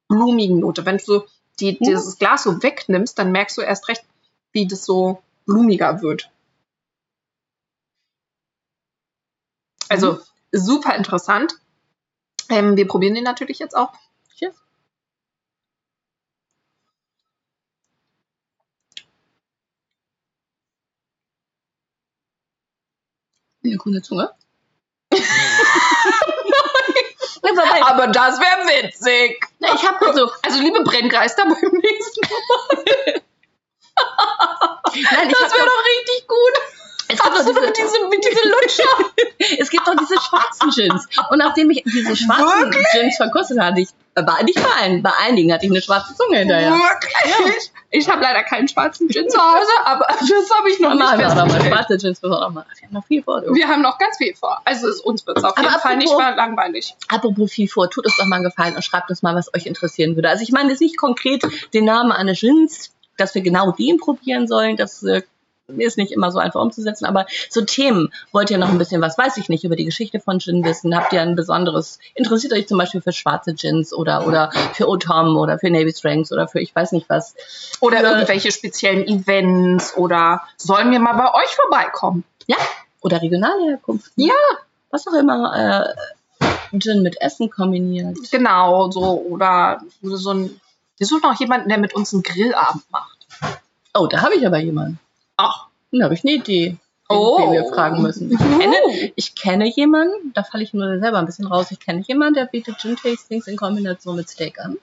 B: blumigen Note. Wenn du so die,
A: Mhm.
B: dieses Glas so wegnimmst, dann merkst du erst recht, wie das so blumiger wird. Also
A: Mhm.
B: super interessant. Ähm, wir probieren den natürlich jetzt auch.
A: Cheers. eine grüne
B: ne?
A: Zunge.
B: Aber das wäre witzig.
A: Na, ich habe so,
B: Also, liebe Brenngeister, beim nächsten Mal.
A: nein, ich
B: Das
A: hab
B: wäre
A: doch,
B: doch richtig gut.
A: es gibt
B: Hast du
A: doch
B: noch
A: diese,
B: diese, diese Lutscher?
A: es gibt doch diese schwarzen Gins. Und nachdem ich diese schwarzen Gins verkostet hatte, ich, war nicht bei allen, bei einigen hatte ich eine schwarze Zunge hinterher.
B: Wirklich? Ich habe leider keinen schwarzen Gin zu Hause, aber das habe ich noch
A: Dann machen
B: nicht
A: wir auch noch mal
B: festgestellt.
A: schwarze Gins, wir auch noch mal. Wir haben noch viel vor. du.
B: Wir haben noch ganz viel vor. Also es, uns wird es auf
A: Aber
B: jeden Fall nicht
A: apropos-
B: mal langweilig.
A: Apropos viel vor, tut uns doch mal einen Gefallen und schreibt uns mal, was euch interessieren würde. Also ich meine jetzt nicht konkret den Namen eines Gins, dass wir genau den probieren sollen, das äh, ist nicht immer so einfach umzusetzen, aber so Themen, wollt ihr noch ein bisschen was, weiß ich nicht, über die Geschichte von Gin wissen, habt ihr ein besonderes, interessiert euch zum Beispiel für schwarze Gins oder, oder für O-Tom oder für Navy Strengths oder für ich weiß nicht was.
B: Oder
A: Ja.
B: irgendwelche speziellen Events oder sollen wir mal bei euch vorbeikommen?
A: Oder regionale Herkunft.
B: Ja.
A: Was auch immer äh, Gin mit Essen kombiniert.
B: Genau, so oder so ein. Wir suchen auch jemanden, der mit uns einen Grillabend macht.
A: Oh, da habe ich aber jemanden.
B: Ach,
A: Da habe ich eine Idee, den,
B: Oh.
A: den wir fragen müssen. Ich kenne, ich kenne jemanden, da falle ich nur selber ein bisschen raus, ich kenne jemanden, der bietet Gin-Tastings in Kombination mit Steak an.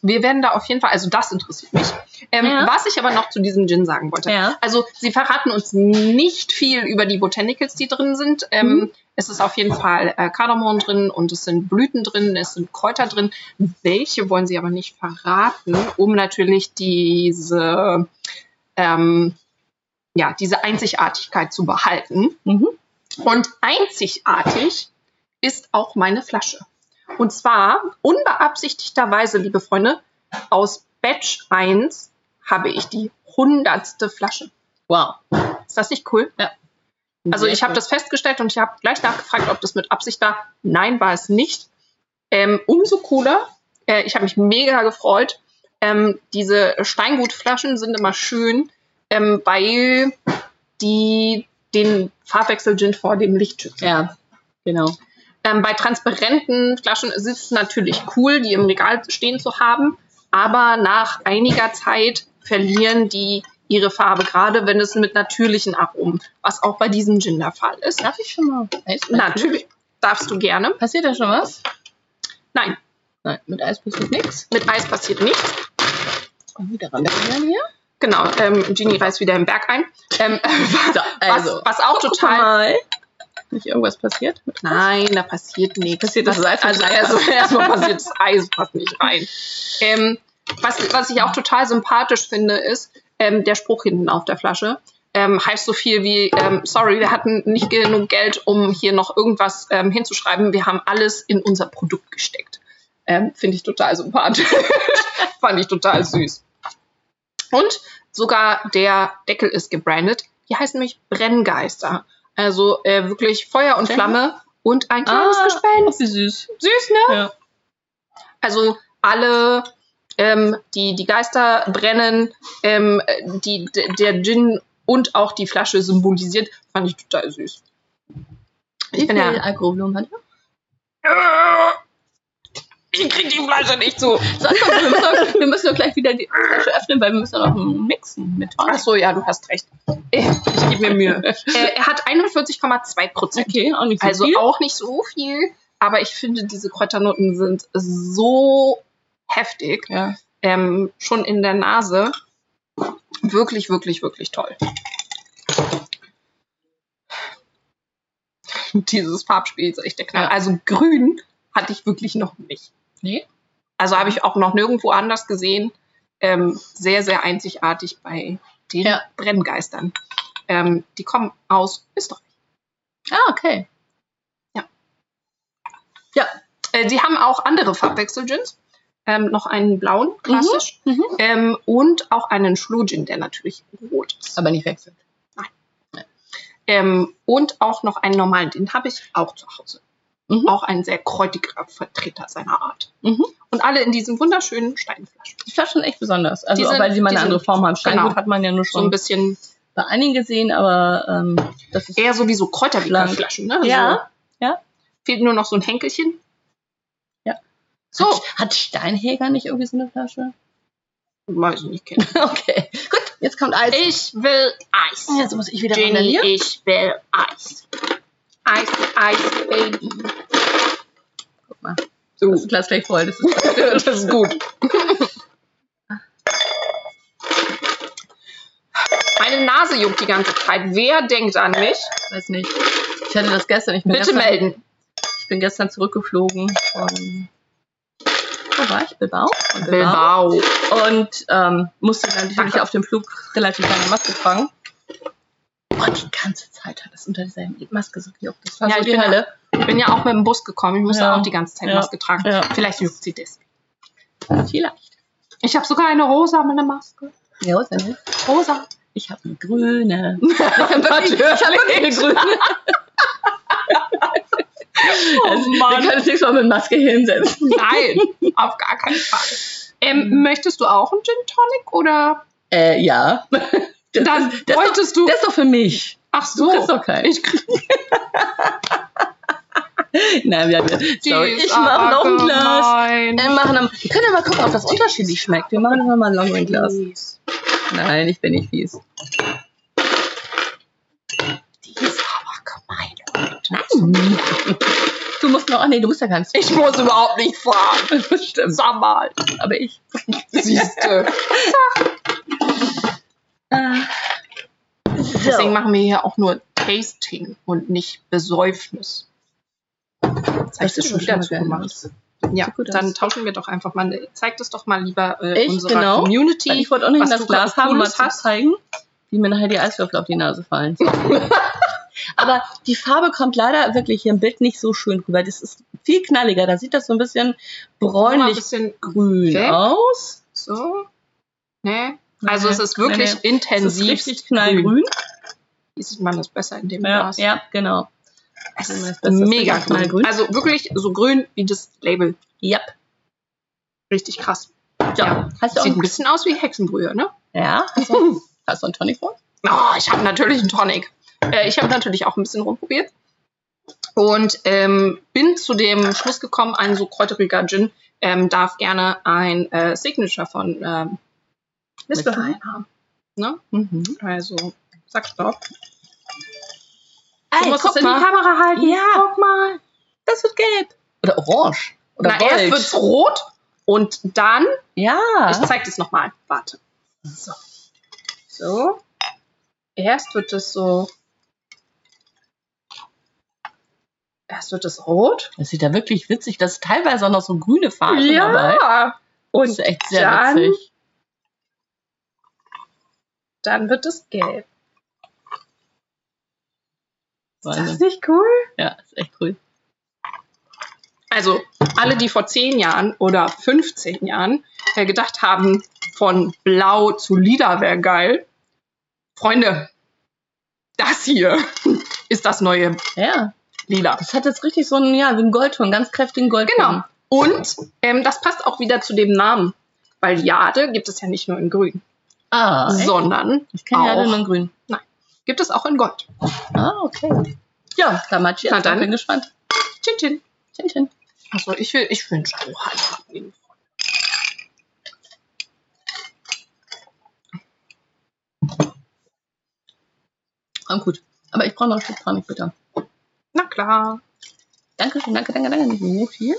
B: wir werden da auf jeden Fall. Also das interessiert mich. Ähm,
A: Ja.
B: Was ich aber noch zu diesem Gin sagen wollte.
A: Ja.
B: Also sie verraten uns nicht viel über die Botanicals, die drin sind. Ähm,
A: Mhm.
B: Es ist auf jeden Fall äh, Kardamom drin und es sind Blüten drin, es sind Kräuter drin. Welche wollen sie aber nicht verraten, um natürlich diese, ähm, ja, diese Einzigartigkeit zu behalten.
A: Mhm.
B: Und einzigartig ist auch meine Flasche. Und zwar unbeabsichtigterweise, liebe Freunde, aus Batch 1 habe ich die hundertste Flasche.
A: Wow.
B: Ist das nicht cool? Also
A: Sehr
B: ich habe
A: cool.
B: das festgestellt und ich habe gleich nachgefragt, ob das mit Absicht war. Nein, war es nicht. Ähm, umso cooler. Äh, ich habe mich mega gefreut. Ähm, diese Steingutflaschen sind immer schön, ähm, weil die den Farbwechsel Gin vor dem Licht schützen.
A: Ja, genau.
B: Ähm, bei transparenten Flaschen ist es natürlich cool, die im Regal stehen zu haben, aber nach einiger Zeit verlieren die ihre Farbe, gerade wenn es mit natürlichen Aromen, was auch bei diesem Gin der Fall ist. ne?
A: Darf ich schon mal Eis
B: Natürlich darfst du gerne.
A: Passiert da schon was?
B: Nein,
A: Nein, mit Eis passiert nichts.
B: mit Eis passiert nichts.
A: Und wieder ran hier.
B: Genau, ähm, Genie reißt wieder im Berg ein. Ähm,
A: So,
B: was,
A: also.
B: was auch total
A: Mal. Nicht irgendwas passiert? Mit
B: Nein, da passiert nichts.
A: Passiert das Eis
B: Also
A: nicht rein?
B: erstmal erstmal passiert das Eis passt nicht rein. Ähm, was, was ich auch total sympathisch finde, ist ähm, der Spruch hinten auf der Flasche. Ähm, heißt so viel wie, ähm, sorry, wir hatten nicht genug Geld, um hier noch irgendwas ähm, hinzuschreiben. Wir haben alles in unser Produkt gesteckt. Ähm, Finde ich total sympathisch. Fand ich total süß. Und sogar der Deckel ist gebrandet. Die heißen nämlich Brenngeister. Also äh, wirklich Feuer und
A: Brenn-
B: Flamme und ein kleines
A: Ah.
B: Gespenst.
A: Ach, wie süß.
B: Süß, ne?
A: Ja.
B: Also alle, ähm, die die Geister brennen, ähm, äh, die, d- der Gin und auch die Flasche symbolisiert, fand ich total süß.
A: Wie
B: Ich bin
A: viel
B: ja.
A: Alkoholvolumen hat er?
B: Ich krieg die Flasche nicht zu.
A: So, also, wir, müssen doch, wir müssen doch gleich wieder die Flasche öffnen, weil wir müssen doch noch mixen mit
B: Ach
A: Tonic.
B: so, ja, du hast recht. Ich, ich gebe mir Mühe. äh, er hat 41,2 Prozent.
A: Okay, auch nicht so
B: Also
A: viel.
B: auch nicht so viel, aber ich finde, diese Kräuternoten sind so heftig,
A: Ja.
B: ähm, schon in der Nase. Wirklich, wirklich, wirklich toll. Dieses Farbspiel ist echt der Knall.
A: Ja.
B: Also grün hatte ich wirklich noch nicht.
A: Nee?
B: Also habe ich auch noch nirgendwo anders gesehen. Ähm, sehr, sehr einzigartig bei den
A: Ja.
B: Brenngeistern. Ähm, die kommen aus Österreich.
A: Ah, okay.
B: Äh, die haben auch andere Farbwechsel-Gins. Ähm, noch einen blauen, klassisch.
A: Mhm, mhm.
B: Ähm, und auch einen Schlu-Gin, der natürlich rot ist.
A: Aber nicht wechseln.
B: Ähm, und auch noch einen normalen, den habe ich auch zu Hause.
A: Mhm.
B: Auch ein sehr kräutiger Vertreter seiner Art.
A: Mhm.
B: Und alle in diesen wunderschönen Steinflaschen.
A: Die Flaschen echt besonders. Also,
B: Die sind-
A: weil sie mal
B: die
A: eine andere
B: sind-
A: Form haben. Steingut
B: genau.
A: hat man ja nur
B: So ein
A: schon
B: bisschen
A: bei einigen gesehen, aber ähm, das ist.
B: eher sowieso Kräuterlikörflaschen. Ne?
A: Ja,
B: So.
A: ja.
B: Fehlt nur noch so ein Henkelchen.
A: Ja.
B: So,
A: Hat, hat Steinhäger nicht irgendwie so eine Flasche?
B: weiß ich nicht, kenn ich.
A: Okay, gut. Jetzt kommt Eis.
B: Ich will Eis.
A: Jetzt muss ich wieder
B: Jenny,
A: randalieren.
B: ich will Eis. Eis, Eis, Baby.
A: Das Glas gleich voll. Das ist, das ist gut.
B: Meine Nase juckt die ganze Zeit. Wer denkt an mich?
A: Weiß nicht. Ich hatte das gestern. Ich bin
B: Bitte
A: gestern,
B: melden.
A: Ich bin gestern zurückgeflogen von. Wo war ich? Bilbao? Von
B: Bilbao.
A: und ähm, musste dann natürlich
B: Danke.
A: auf dem Flug relativ lange Maske tragen. Und die ganze Zeit hat es unter dieser Maske so gejuckt. Das war
B: Ja,
A: so
B: ich
A: die
B: bin
A: Hölle.
B: Ich bin ja auch mit dem Bus gekommen. Ich musste
A: Ja.
B: auch die ganze Zeit
A: Ja.
B: Maske tragen.
A: Ja.
B: Vielleicht juckt sie das.
A: Vielleicht.
B: Ich habe sogar eine rosa mit einer Maske.
A: Ja, was denn?
B: Rosa.
A: Ich habe eine grüne.
B: Natürlich.
A: eine grüne.
B: Oh
A: Man
B: Mann.
A: kann es nächstes Mal mit Maske hinsetzen.
B: Nein, auf gar keinen Fall. Ähm,
A: Mhm.
B: Möchtest du auch einen Gin Tonic oder
A: Äh, ja. Das,
B: dann
A: ist, das, ist doch,
B: wolltest du?
A: das ist doch für mich.
B: Ach
A: Du
B: so.
A: kriegst doch keinen.
B: Ich krieg
A: Nein, wir, wir,
B: die
A: sorry, ich
B: ist
A: mache
B: aber
A: noch ein Glas. Äh,
B: gemein.
A: Wir machen am- wir können ja mal gucken, ob das unterschiedlich schmeckt. Wir machen immer mal ein Longwing-Glas.
B: Dies.
A: Nein, ich bin nicht fies.
B: Die ist aber gemein.
A: Nein. Du musst noch, ah nee, du musst ja gar nicht.
B: Ich muss überhaupt nicht fahren.
A: Stimmt.
B: Sag mal.
A: Aber ich.
B: Siehste.
A: äh.
B: Deswegen machen wir hier auch nur Tasting und nicht Besäufnis. Das
A: Das
B: hast du
A: ist
B: schon
A: schon
B: wieder
A: schön
B: zugemacht. Ja,
A: gut aus.
B: dann tauschen wir doch einfach mal. Zeig das doch mal lieber äh,
A: Ich,
B: unserer
A: genau.
B: Community.
A: Ich wollte auch nicht
B: was
A: das
B: du
A: Glas
B: gerade
A: haben,
B: Cooles
A: was zu
B: hast.
A: zeigen, wie mir nachher die Eiswürfel auf die Nase fallen. Aber die Farbe kommt leider wirklich hier im Bild nicht so schön rüber. Das ist viel knalliger. Da sieht das so ein bisschen
B: Mach mal ein
A: bräunlich
B: bisschen
A: grün
B: weg.
A: aus.
B: so. Ne? Also
A: Nee,
B: es ist wirklich
A: nee, Es ist
B: intensiv.
A: richtig knallgrün.
B: Wie sieht man das besser in dem
A: Ja,
B: Glas?
A: ja, genau.
B: Es
A: Das
B: ist
A: ist
B: mega
A: richtig mal
B: grün.
A: grün.
B: Also wirklich so grün wie das Label.
A: Yep.
B: Richtig krass.
A: Ja. Hast du auch
B: Sieht ein bisschen aus wie Hexenbrühe, ne?
A: ja. Hast du, hast du einen Tonic vor?
B: Oh, ich habe natürlich einen Tonic. Äh, ich habe natürlich auch ein bisschen rumprobiert. Und ähm, bin zu dem Schluss gekommen, ein so kräuteriger Gin ähm, darf gerne ein äh, Signature von ähm, Lispelwein haben. Ne?
A: Mhm.
B: Also, sag stopp.
A: Ey,
B: du musst
A: guck
B: es in
A: mal.
B: die Kamera halten.
A: Ja.
B: Guck mal.
A: Das wird gelb. Oder orange. Oder
B: Na,
A: gold.
B: erst wird's rot und dann, ich
A: ja.
B: zeig das nochmal. Warte. So. So. Erst wird es so. Erst wird es rot
A: Das sieht ja wirklich witzig. Das ist teilweise auch noch so grüne
B: Ah,
A: Farbe dabei.
B: und
A: Das ist echt sehr
B: dann-
A: witzig.
B: dann wird es gelb. Ist das
A: Wahnsinn.
B: nicht cool?
A: Ja, ist echt cool.
B: Also, alle, die vor 10 Jahren oder 15 Jahren äh, gedacht haben, von blau zu lila wäre geil. Freunde, das hier ist das neue
A: Ja,
B: Lila.
A: das hat jetzt richtig so einen, ja, so einen Goldton, ganz kräftigen Goldton.
B: Genau. Und ähm, das passt auch wieder zu dem Namen, weil Jade gibt es ja nicht nur in grün,
A: Ah, so.
B: sondern
A: Ich kenne ja
B: Auch.
A: alle nur in grün.
B: gibt es auch in Gold.
A: Ah, okay. Ja, dann mal cheers.
B: Na dann.
A: Ich bin gespannt.
B: Tschin, tschin.
A: Tschin, tschin.
B: Also ich will, ich will einen Strohhalm abnehmen.
A: Ah, gut. Aber ich brauche noch ein Stück Tonic, bitte.
B: Na klar.
A: Danke schön, danke, danke, danke. So viel.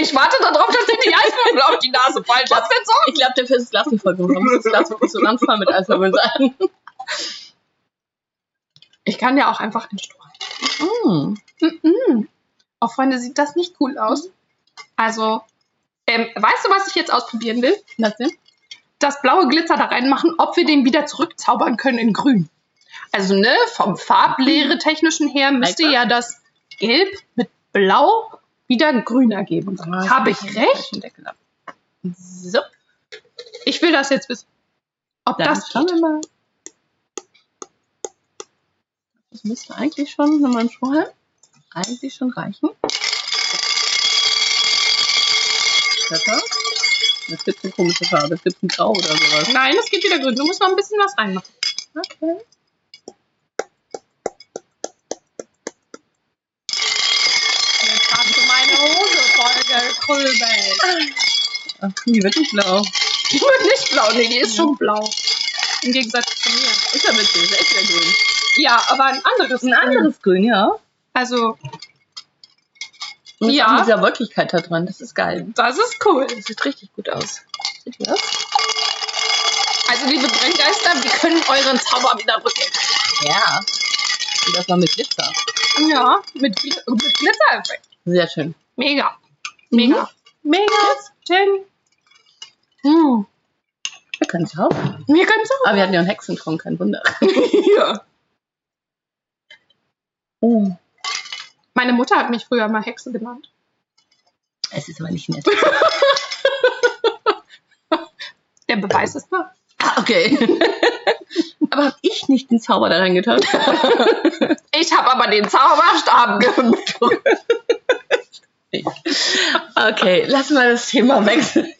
B: Ich warte darauf, dass dir die Eiswürfel auf die Nase fallen. Was denn
A: Ich glaube, dafür ist das Glas nicht voll genug. Da muss das Glas wirklich so ganz voll mit Alkohol sein.
B: Ich kann ja auch einfach einen Strohhalm.
A: Mm.
B: Mhm. Oh, Freunde, sieht das nicht cool aus? Also, ähm, weißt du, was ich jetzt ausprobieren will?
A: Was denn?
B: Das blaue Glitzer da reinmachen, ob wir den wieder zurückzaubern können in grün. Also, ne, vom Farblehre technischen her müsste
A: Alter.
B: ja das Gelb mit Blau wieder grün ergeben.
A: Ah,
B: Habe ich recht? So. Ich will das jetzt wissen. Ob
A: Dann
B: das
A: schauen
B: geht.
A: wir mal. Das müsste eigentlich schon, wenn man Schuh hat, eigentlich schon reichen. Pfeffer. Das gibt eine komische Farbe, das gibt ein Grau oder sowas.
B: Nein, es geht wieder grün. Du musst noch ein bisschen was reinmachen.
A: Okay.
B: Jetzt hast du meine Hose voll gekrübelt.
A: Ach, die wird nicht blau.
B: Die wird nicht blau, nee, die ist schon blau. Im Gegensatz zu mir.
A: Ist ja witzig, ist ja grün.
B: Ja, aber ein anderes.
A: Ein anderes Grün, ja.
B: Also,
A: Und
B: Ja.
A: mit dieser Wirklichkeit da dran. Das ist geil.
B: das ist cool.
A: Das sieht richtig gut aus. Seht ihr das?
B: Also, liebe Brenngeister, wir können euren Zauber wieder rücken.
A: Ja. Und das mal mit Glitzer.
B: Ja, mit, Gl mit Glitzereffekt.
A: Sehr schön.
B: Mega. Mega. Mhm. Mega. Schön. Hm.
A: Wir können es auch.
B: Wir können es
A: Aber wir hatten ja einen Hexentrunk, kein Wunder.
B: auch. Hier.
A: Uh,
B: Meine Mutter hat mich früher mal Hexe genannt.
A: es ist aber nicht nett.
B: Der Beweis ist da.
A: Ah, okay. aber habe ich nicht den Zauber da reingetan?
B: Ich habe aber den Zauberstab gedrückt.
A: Okay, lassen wir das Thema wechseln.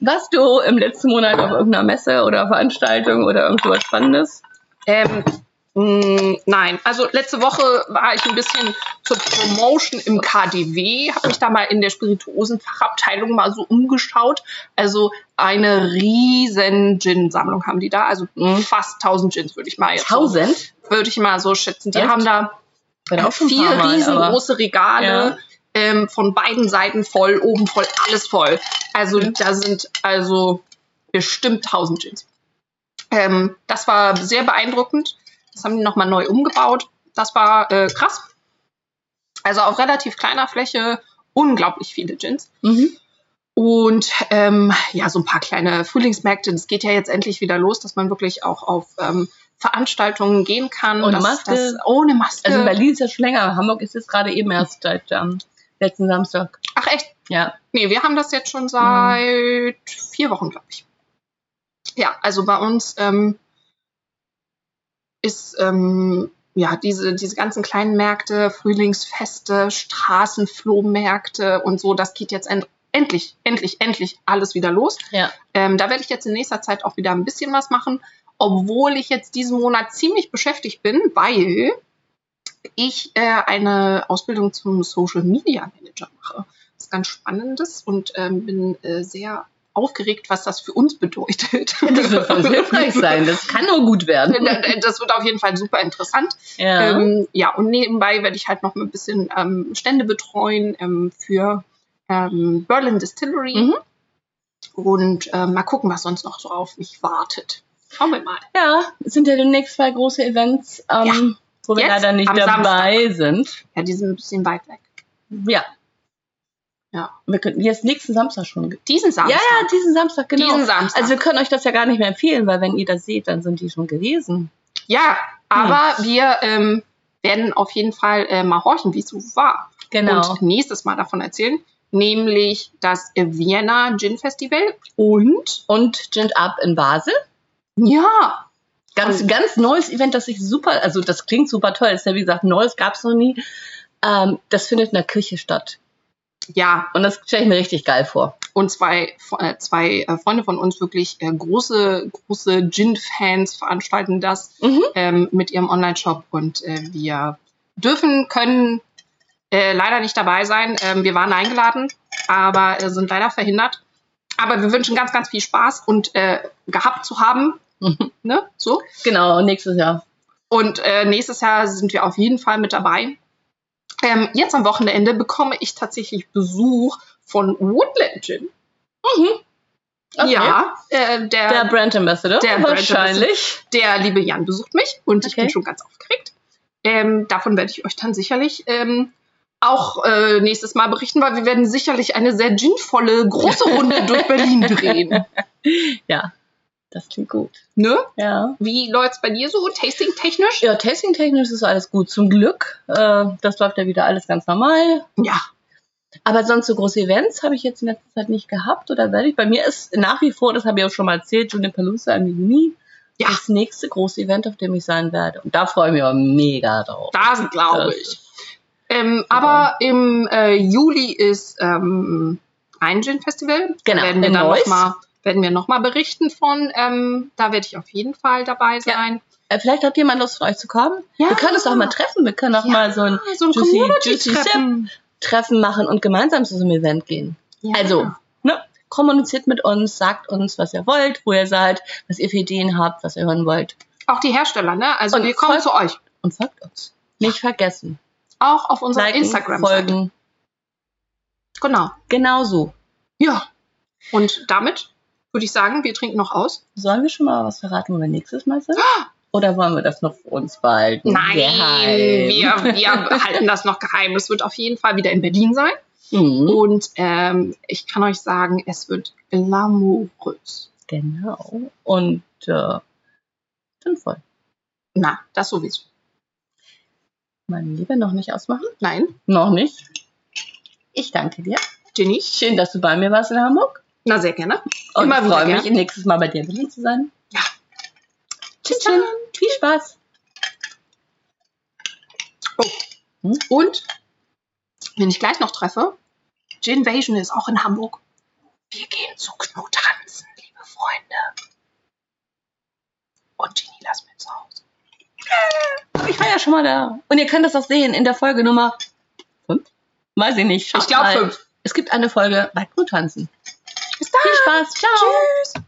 A: Warst du im letzten Monat auf irgendeiner Messe oder Veranstaltung oder irgendwas Spannendes?
B: Ähm, mh, nein, also letzte Woche war ich ein bisschen zur Promotion im KDW, habe mich da mal in der Spirituosenfachabteilung mal so umgeschaut. Also eine riesen Gin-Sammlung haben die da, also mh, fast 1000 Gins würde ich mal jetzt so,
A: Tausend?
B: würde ich mal so schätzen. Die
A: Echt?
B: haben da
A: War da auch schon ein
B: vier
A: paar Mal, aber-
B: riesengroße Regale
A: Ja.
B: ähm, von beiden Seiten voll, oben voll, alles voll. Also
A: Mhm.
B: da sind also bestimmt 1000 Jeans. Ähm, das war sehr beeindruckend. Das haben die nochmal neu umgebaut. Das war äh, krass. Also auf relativ kleiner Fläche unglaublich viele Jeans.
A: Mhm.
B: Und ähm, ja, so ein paar kleine Frühlingsmärkte. Das geht ja jetzt endlich wieder los, dass man wirklich auch auf ähm, Veranstaltungen gehen kann.
A: Ohne
B: dass,
A: Maske.
B: Dass, ohne Maske.
A: Also in Berlin ist das schon länger, Hamburg ist es gerade eben erst seit ähm, letzten Samstag.
B: Ach echt?
A: Ja.
B: Nee, wir haben das jetzt schon seit vier Wochen, glaube ich. Ja, also bei uns ähm, ist ähm, ja diese, diese ganzen kleinen Märkte, Frühlingsfeste, Straßenflohmärkte und so, das geht jetzt end endlich, endlich, endlich alles wieder los.
A: Ja.
B: Ähm, da werde ich jetzt in nächster Zeit auch wieder ein bisschen was machen, obwohl ich jetzt diesen Monat ziemlich beschäftigt bin, weil ich äh, eine Ausbildung zum Social Media Manager mache. Das ist ganz spannendes und ähm, bin äh, sehr aufgeregt, was das für uns bedeutet.
A: Das wird für uns hilfreich sein. Das kann nur gut werden.
B: Das wird auf jeden Fall super interessant.
A: Ja.
B: Ähm, ja, und nebenbei werde ich halt noch ein bisschen ähm, Stände betreuen ähm, für ähm, Berlin Distillery.
A: Mhm.
B: Und ähm, mal gucken, was sonst noch so auf mich wartet. Schauen wir mal.
A: ja, es sind ja demnächst zwei große Events, ähm, wo wir
B: Jetzt,
A: leider nicht
B: am
A: dabei sind.
B: Ja, die sind ein bisschen weit weg.
A: Ja.
B: Ja.
A: Wir könnten jetzt nächsten Samstag schon.
B: Diesen Samstag.
A: Ja, ja, diesen Samstag, genau.
B: Diesen Samstag.
A: Also wir können euch das ja gar nicht mehr empfehlen, weil wenn ihr das seht, dann sind die schon gewesen.
B: ja, aber
A: Hm.
B: wir ähm, werden auf jeden Fall äh, mal horchen, wie es so war.
A: Genau.
B: Und nächstes Mal davon erzählen. Nämlich das Vienna Gin Festival. Und?
A: Und Gin Up in Basel.
B: Ja.
A: Ganz,
B: Und-
A: ganz neues Event, das ich super, also das klingt super toll, ist ja wie gesagt, neues gab es noch nie. Ähm, das findet in der Kirche statt.
B: Ja,
A: Und das stelle ich mir richtig geil vor.
B: und zwei, äh, zwei äh, Freunde von uns wirklich äh, große, große Gin-Fans veranstalten das
A: Mhm.
B: ähm, mit ihrem Online-Shop und äh, wir dürfen, können äh, leider nicht dabei sein. Ähm, wir waren eingeladen, aber äh, sind leider verhindert. Aber wir wünschen ganz, ganz viel Spaß und äh, gehabt zu haben.
A: Mhm.
B: Ne? So.
A: Genau, und nächstes Jahr.
B: Und äh, nächstes Jahr sind wir auf jeden Fall mit dabei. Ähm, jetzt am Wochenende bekomme ich tatsächlich Besuch von Woodland Gin.
A: Okay.
B: Ja,
A: Der
B: äh, der, Mhm. der,
A: Brand Ambassador.
B: Der Brand
A: wahrscheinlich.
B: liebe Jan besucht mich und ich
A: Okay.
B: bin schon ganz aufgeregt. Ähm, davon werde ich euch dann sicherlich ähm, auch äh, nächstes Mal berichten, weil wir werden sicherlich eine sehr ginvolle große Runde durch Berlin drehen.
A: Das klingt gut.
B: Ne?
A: Ja.
B: Wie läuft's bei dir so tasting-technisch?
A: Ja, testing-technisch ist alles gut. Zum Glück. Äh, das läuft ja wieder alles ganz normal.
B: Ja,
A: Aber sonst so große Events habe ich jetzt in letzter Zeit nicht gehabt oder werde ich. Bei mir ist nach wie vor, das habe ich auch schon mal erzählt, Juniperlusa im Juni.
B: Ja.
A: Das nächste große Event, auf dem ich sein werde. Und da freue ich mich aber mega drauf.
B: das glaube
A: Das
B: ich.
A: ist-
B: Ähm, aber im äh, Juli ist ähm, ein Gin-Festival.
A: Genau,
B: Werden wir
A: in
B: dann
A: Neuss.
B: nochmal werden wir noch mal berichten von. Ähm, da werde ich auf jeden Fall dabei sein.
A: Äh, vielleicht hat jemand Lust von euch zu kommen.
B: Ja.
A: Wir können uns auch mal treffen. Wir können auch
B: Ja.
A: mal so ein
B: Ah, so ein
A: Juicy-
B: Community
A: Juicy Sip.
B: Treffen.
A: Treffen machen und gemeinsam zu so einem Event gehen.
B: Ja.
A: Also, ne? kommuniziert mit uns, sagt uns, was ihr wollt, wo ihr seid, was ihr für Ideen habt, was ihr hören wollt.
B: Auch die Hersteller, ne? Also
A: Und
B: wir kommen
A: voll-
B: zu euch.
A: Und folgt uns. Nicht vergessen.
B: Auch auf unserer
A: Liken,
B: Instagram-Seite.
A: folgen.
B: Genau.
A: Genau so.
B: Ja. Und damit würde ich sagen, wir trinken noch aus.
A: Sollen wir schon mal was verraten, wo wir nächstes Mal sind? Oder wollen wir das noch für uns behalten? Geheim.
B: wir, wir halten das noch geheim. Es wird auf jeden Fall wieder in Berlin sein.
A: Mhm.
B: Und ähm, ich kann euch sagen, es wird glamourös.
A: Genau. Und äh, sinnvoll.
B: Na, das sowieso.
A: Mein Lieber, noch nicht ausmachen?
B: Nein,
A: Noch nicht. Ich danke dir.
B: Jenny.
A: Schön, dass du bei mir warst in Hamburg.
B: Na, sehr gerne.
A: Und
B: Immer
A: ich
B: wieder
A: freue mich,
B: gern.
A: nächstes Mal bei dir in Berlin zu sein.
B: Ja.
A: Tschüss, Jen. Viel Spaß.
B: Und wenn ich gleich noch treffe, Ginvasion ist auch in Hamburg. Wir gehen zu Knut tanzen, liebe Freunde. Und Ginny, lass mich zu Hause.
A: Ich war ja schon mal da. Und ihr könnt das auch sehen in der Folge Nummer 5. Weiß ich nicht.
B: Ich
A: Schaut
B: glaube
A: mal.
B: fünf.
A: Es gibt eine Folge bei Crew tanzen.
B: Bis dann.
A: Viel Spaß. Ciao.
B: Tschüss.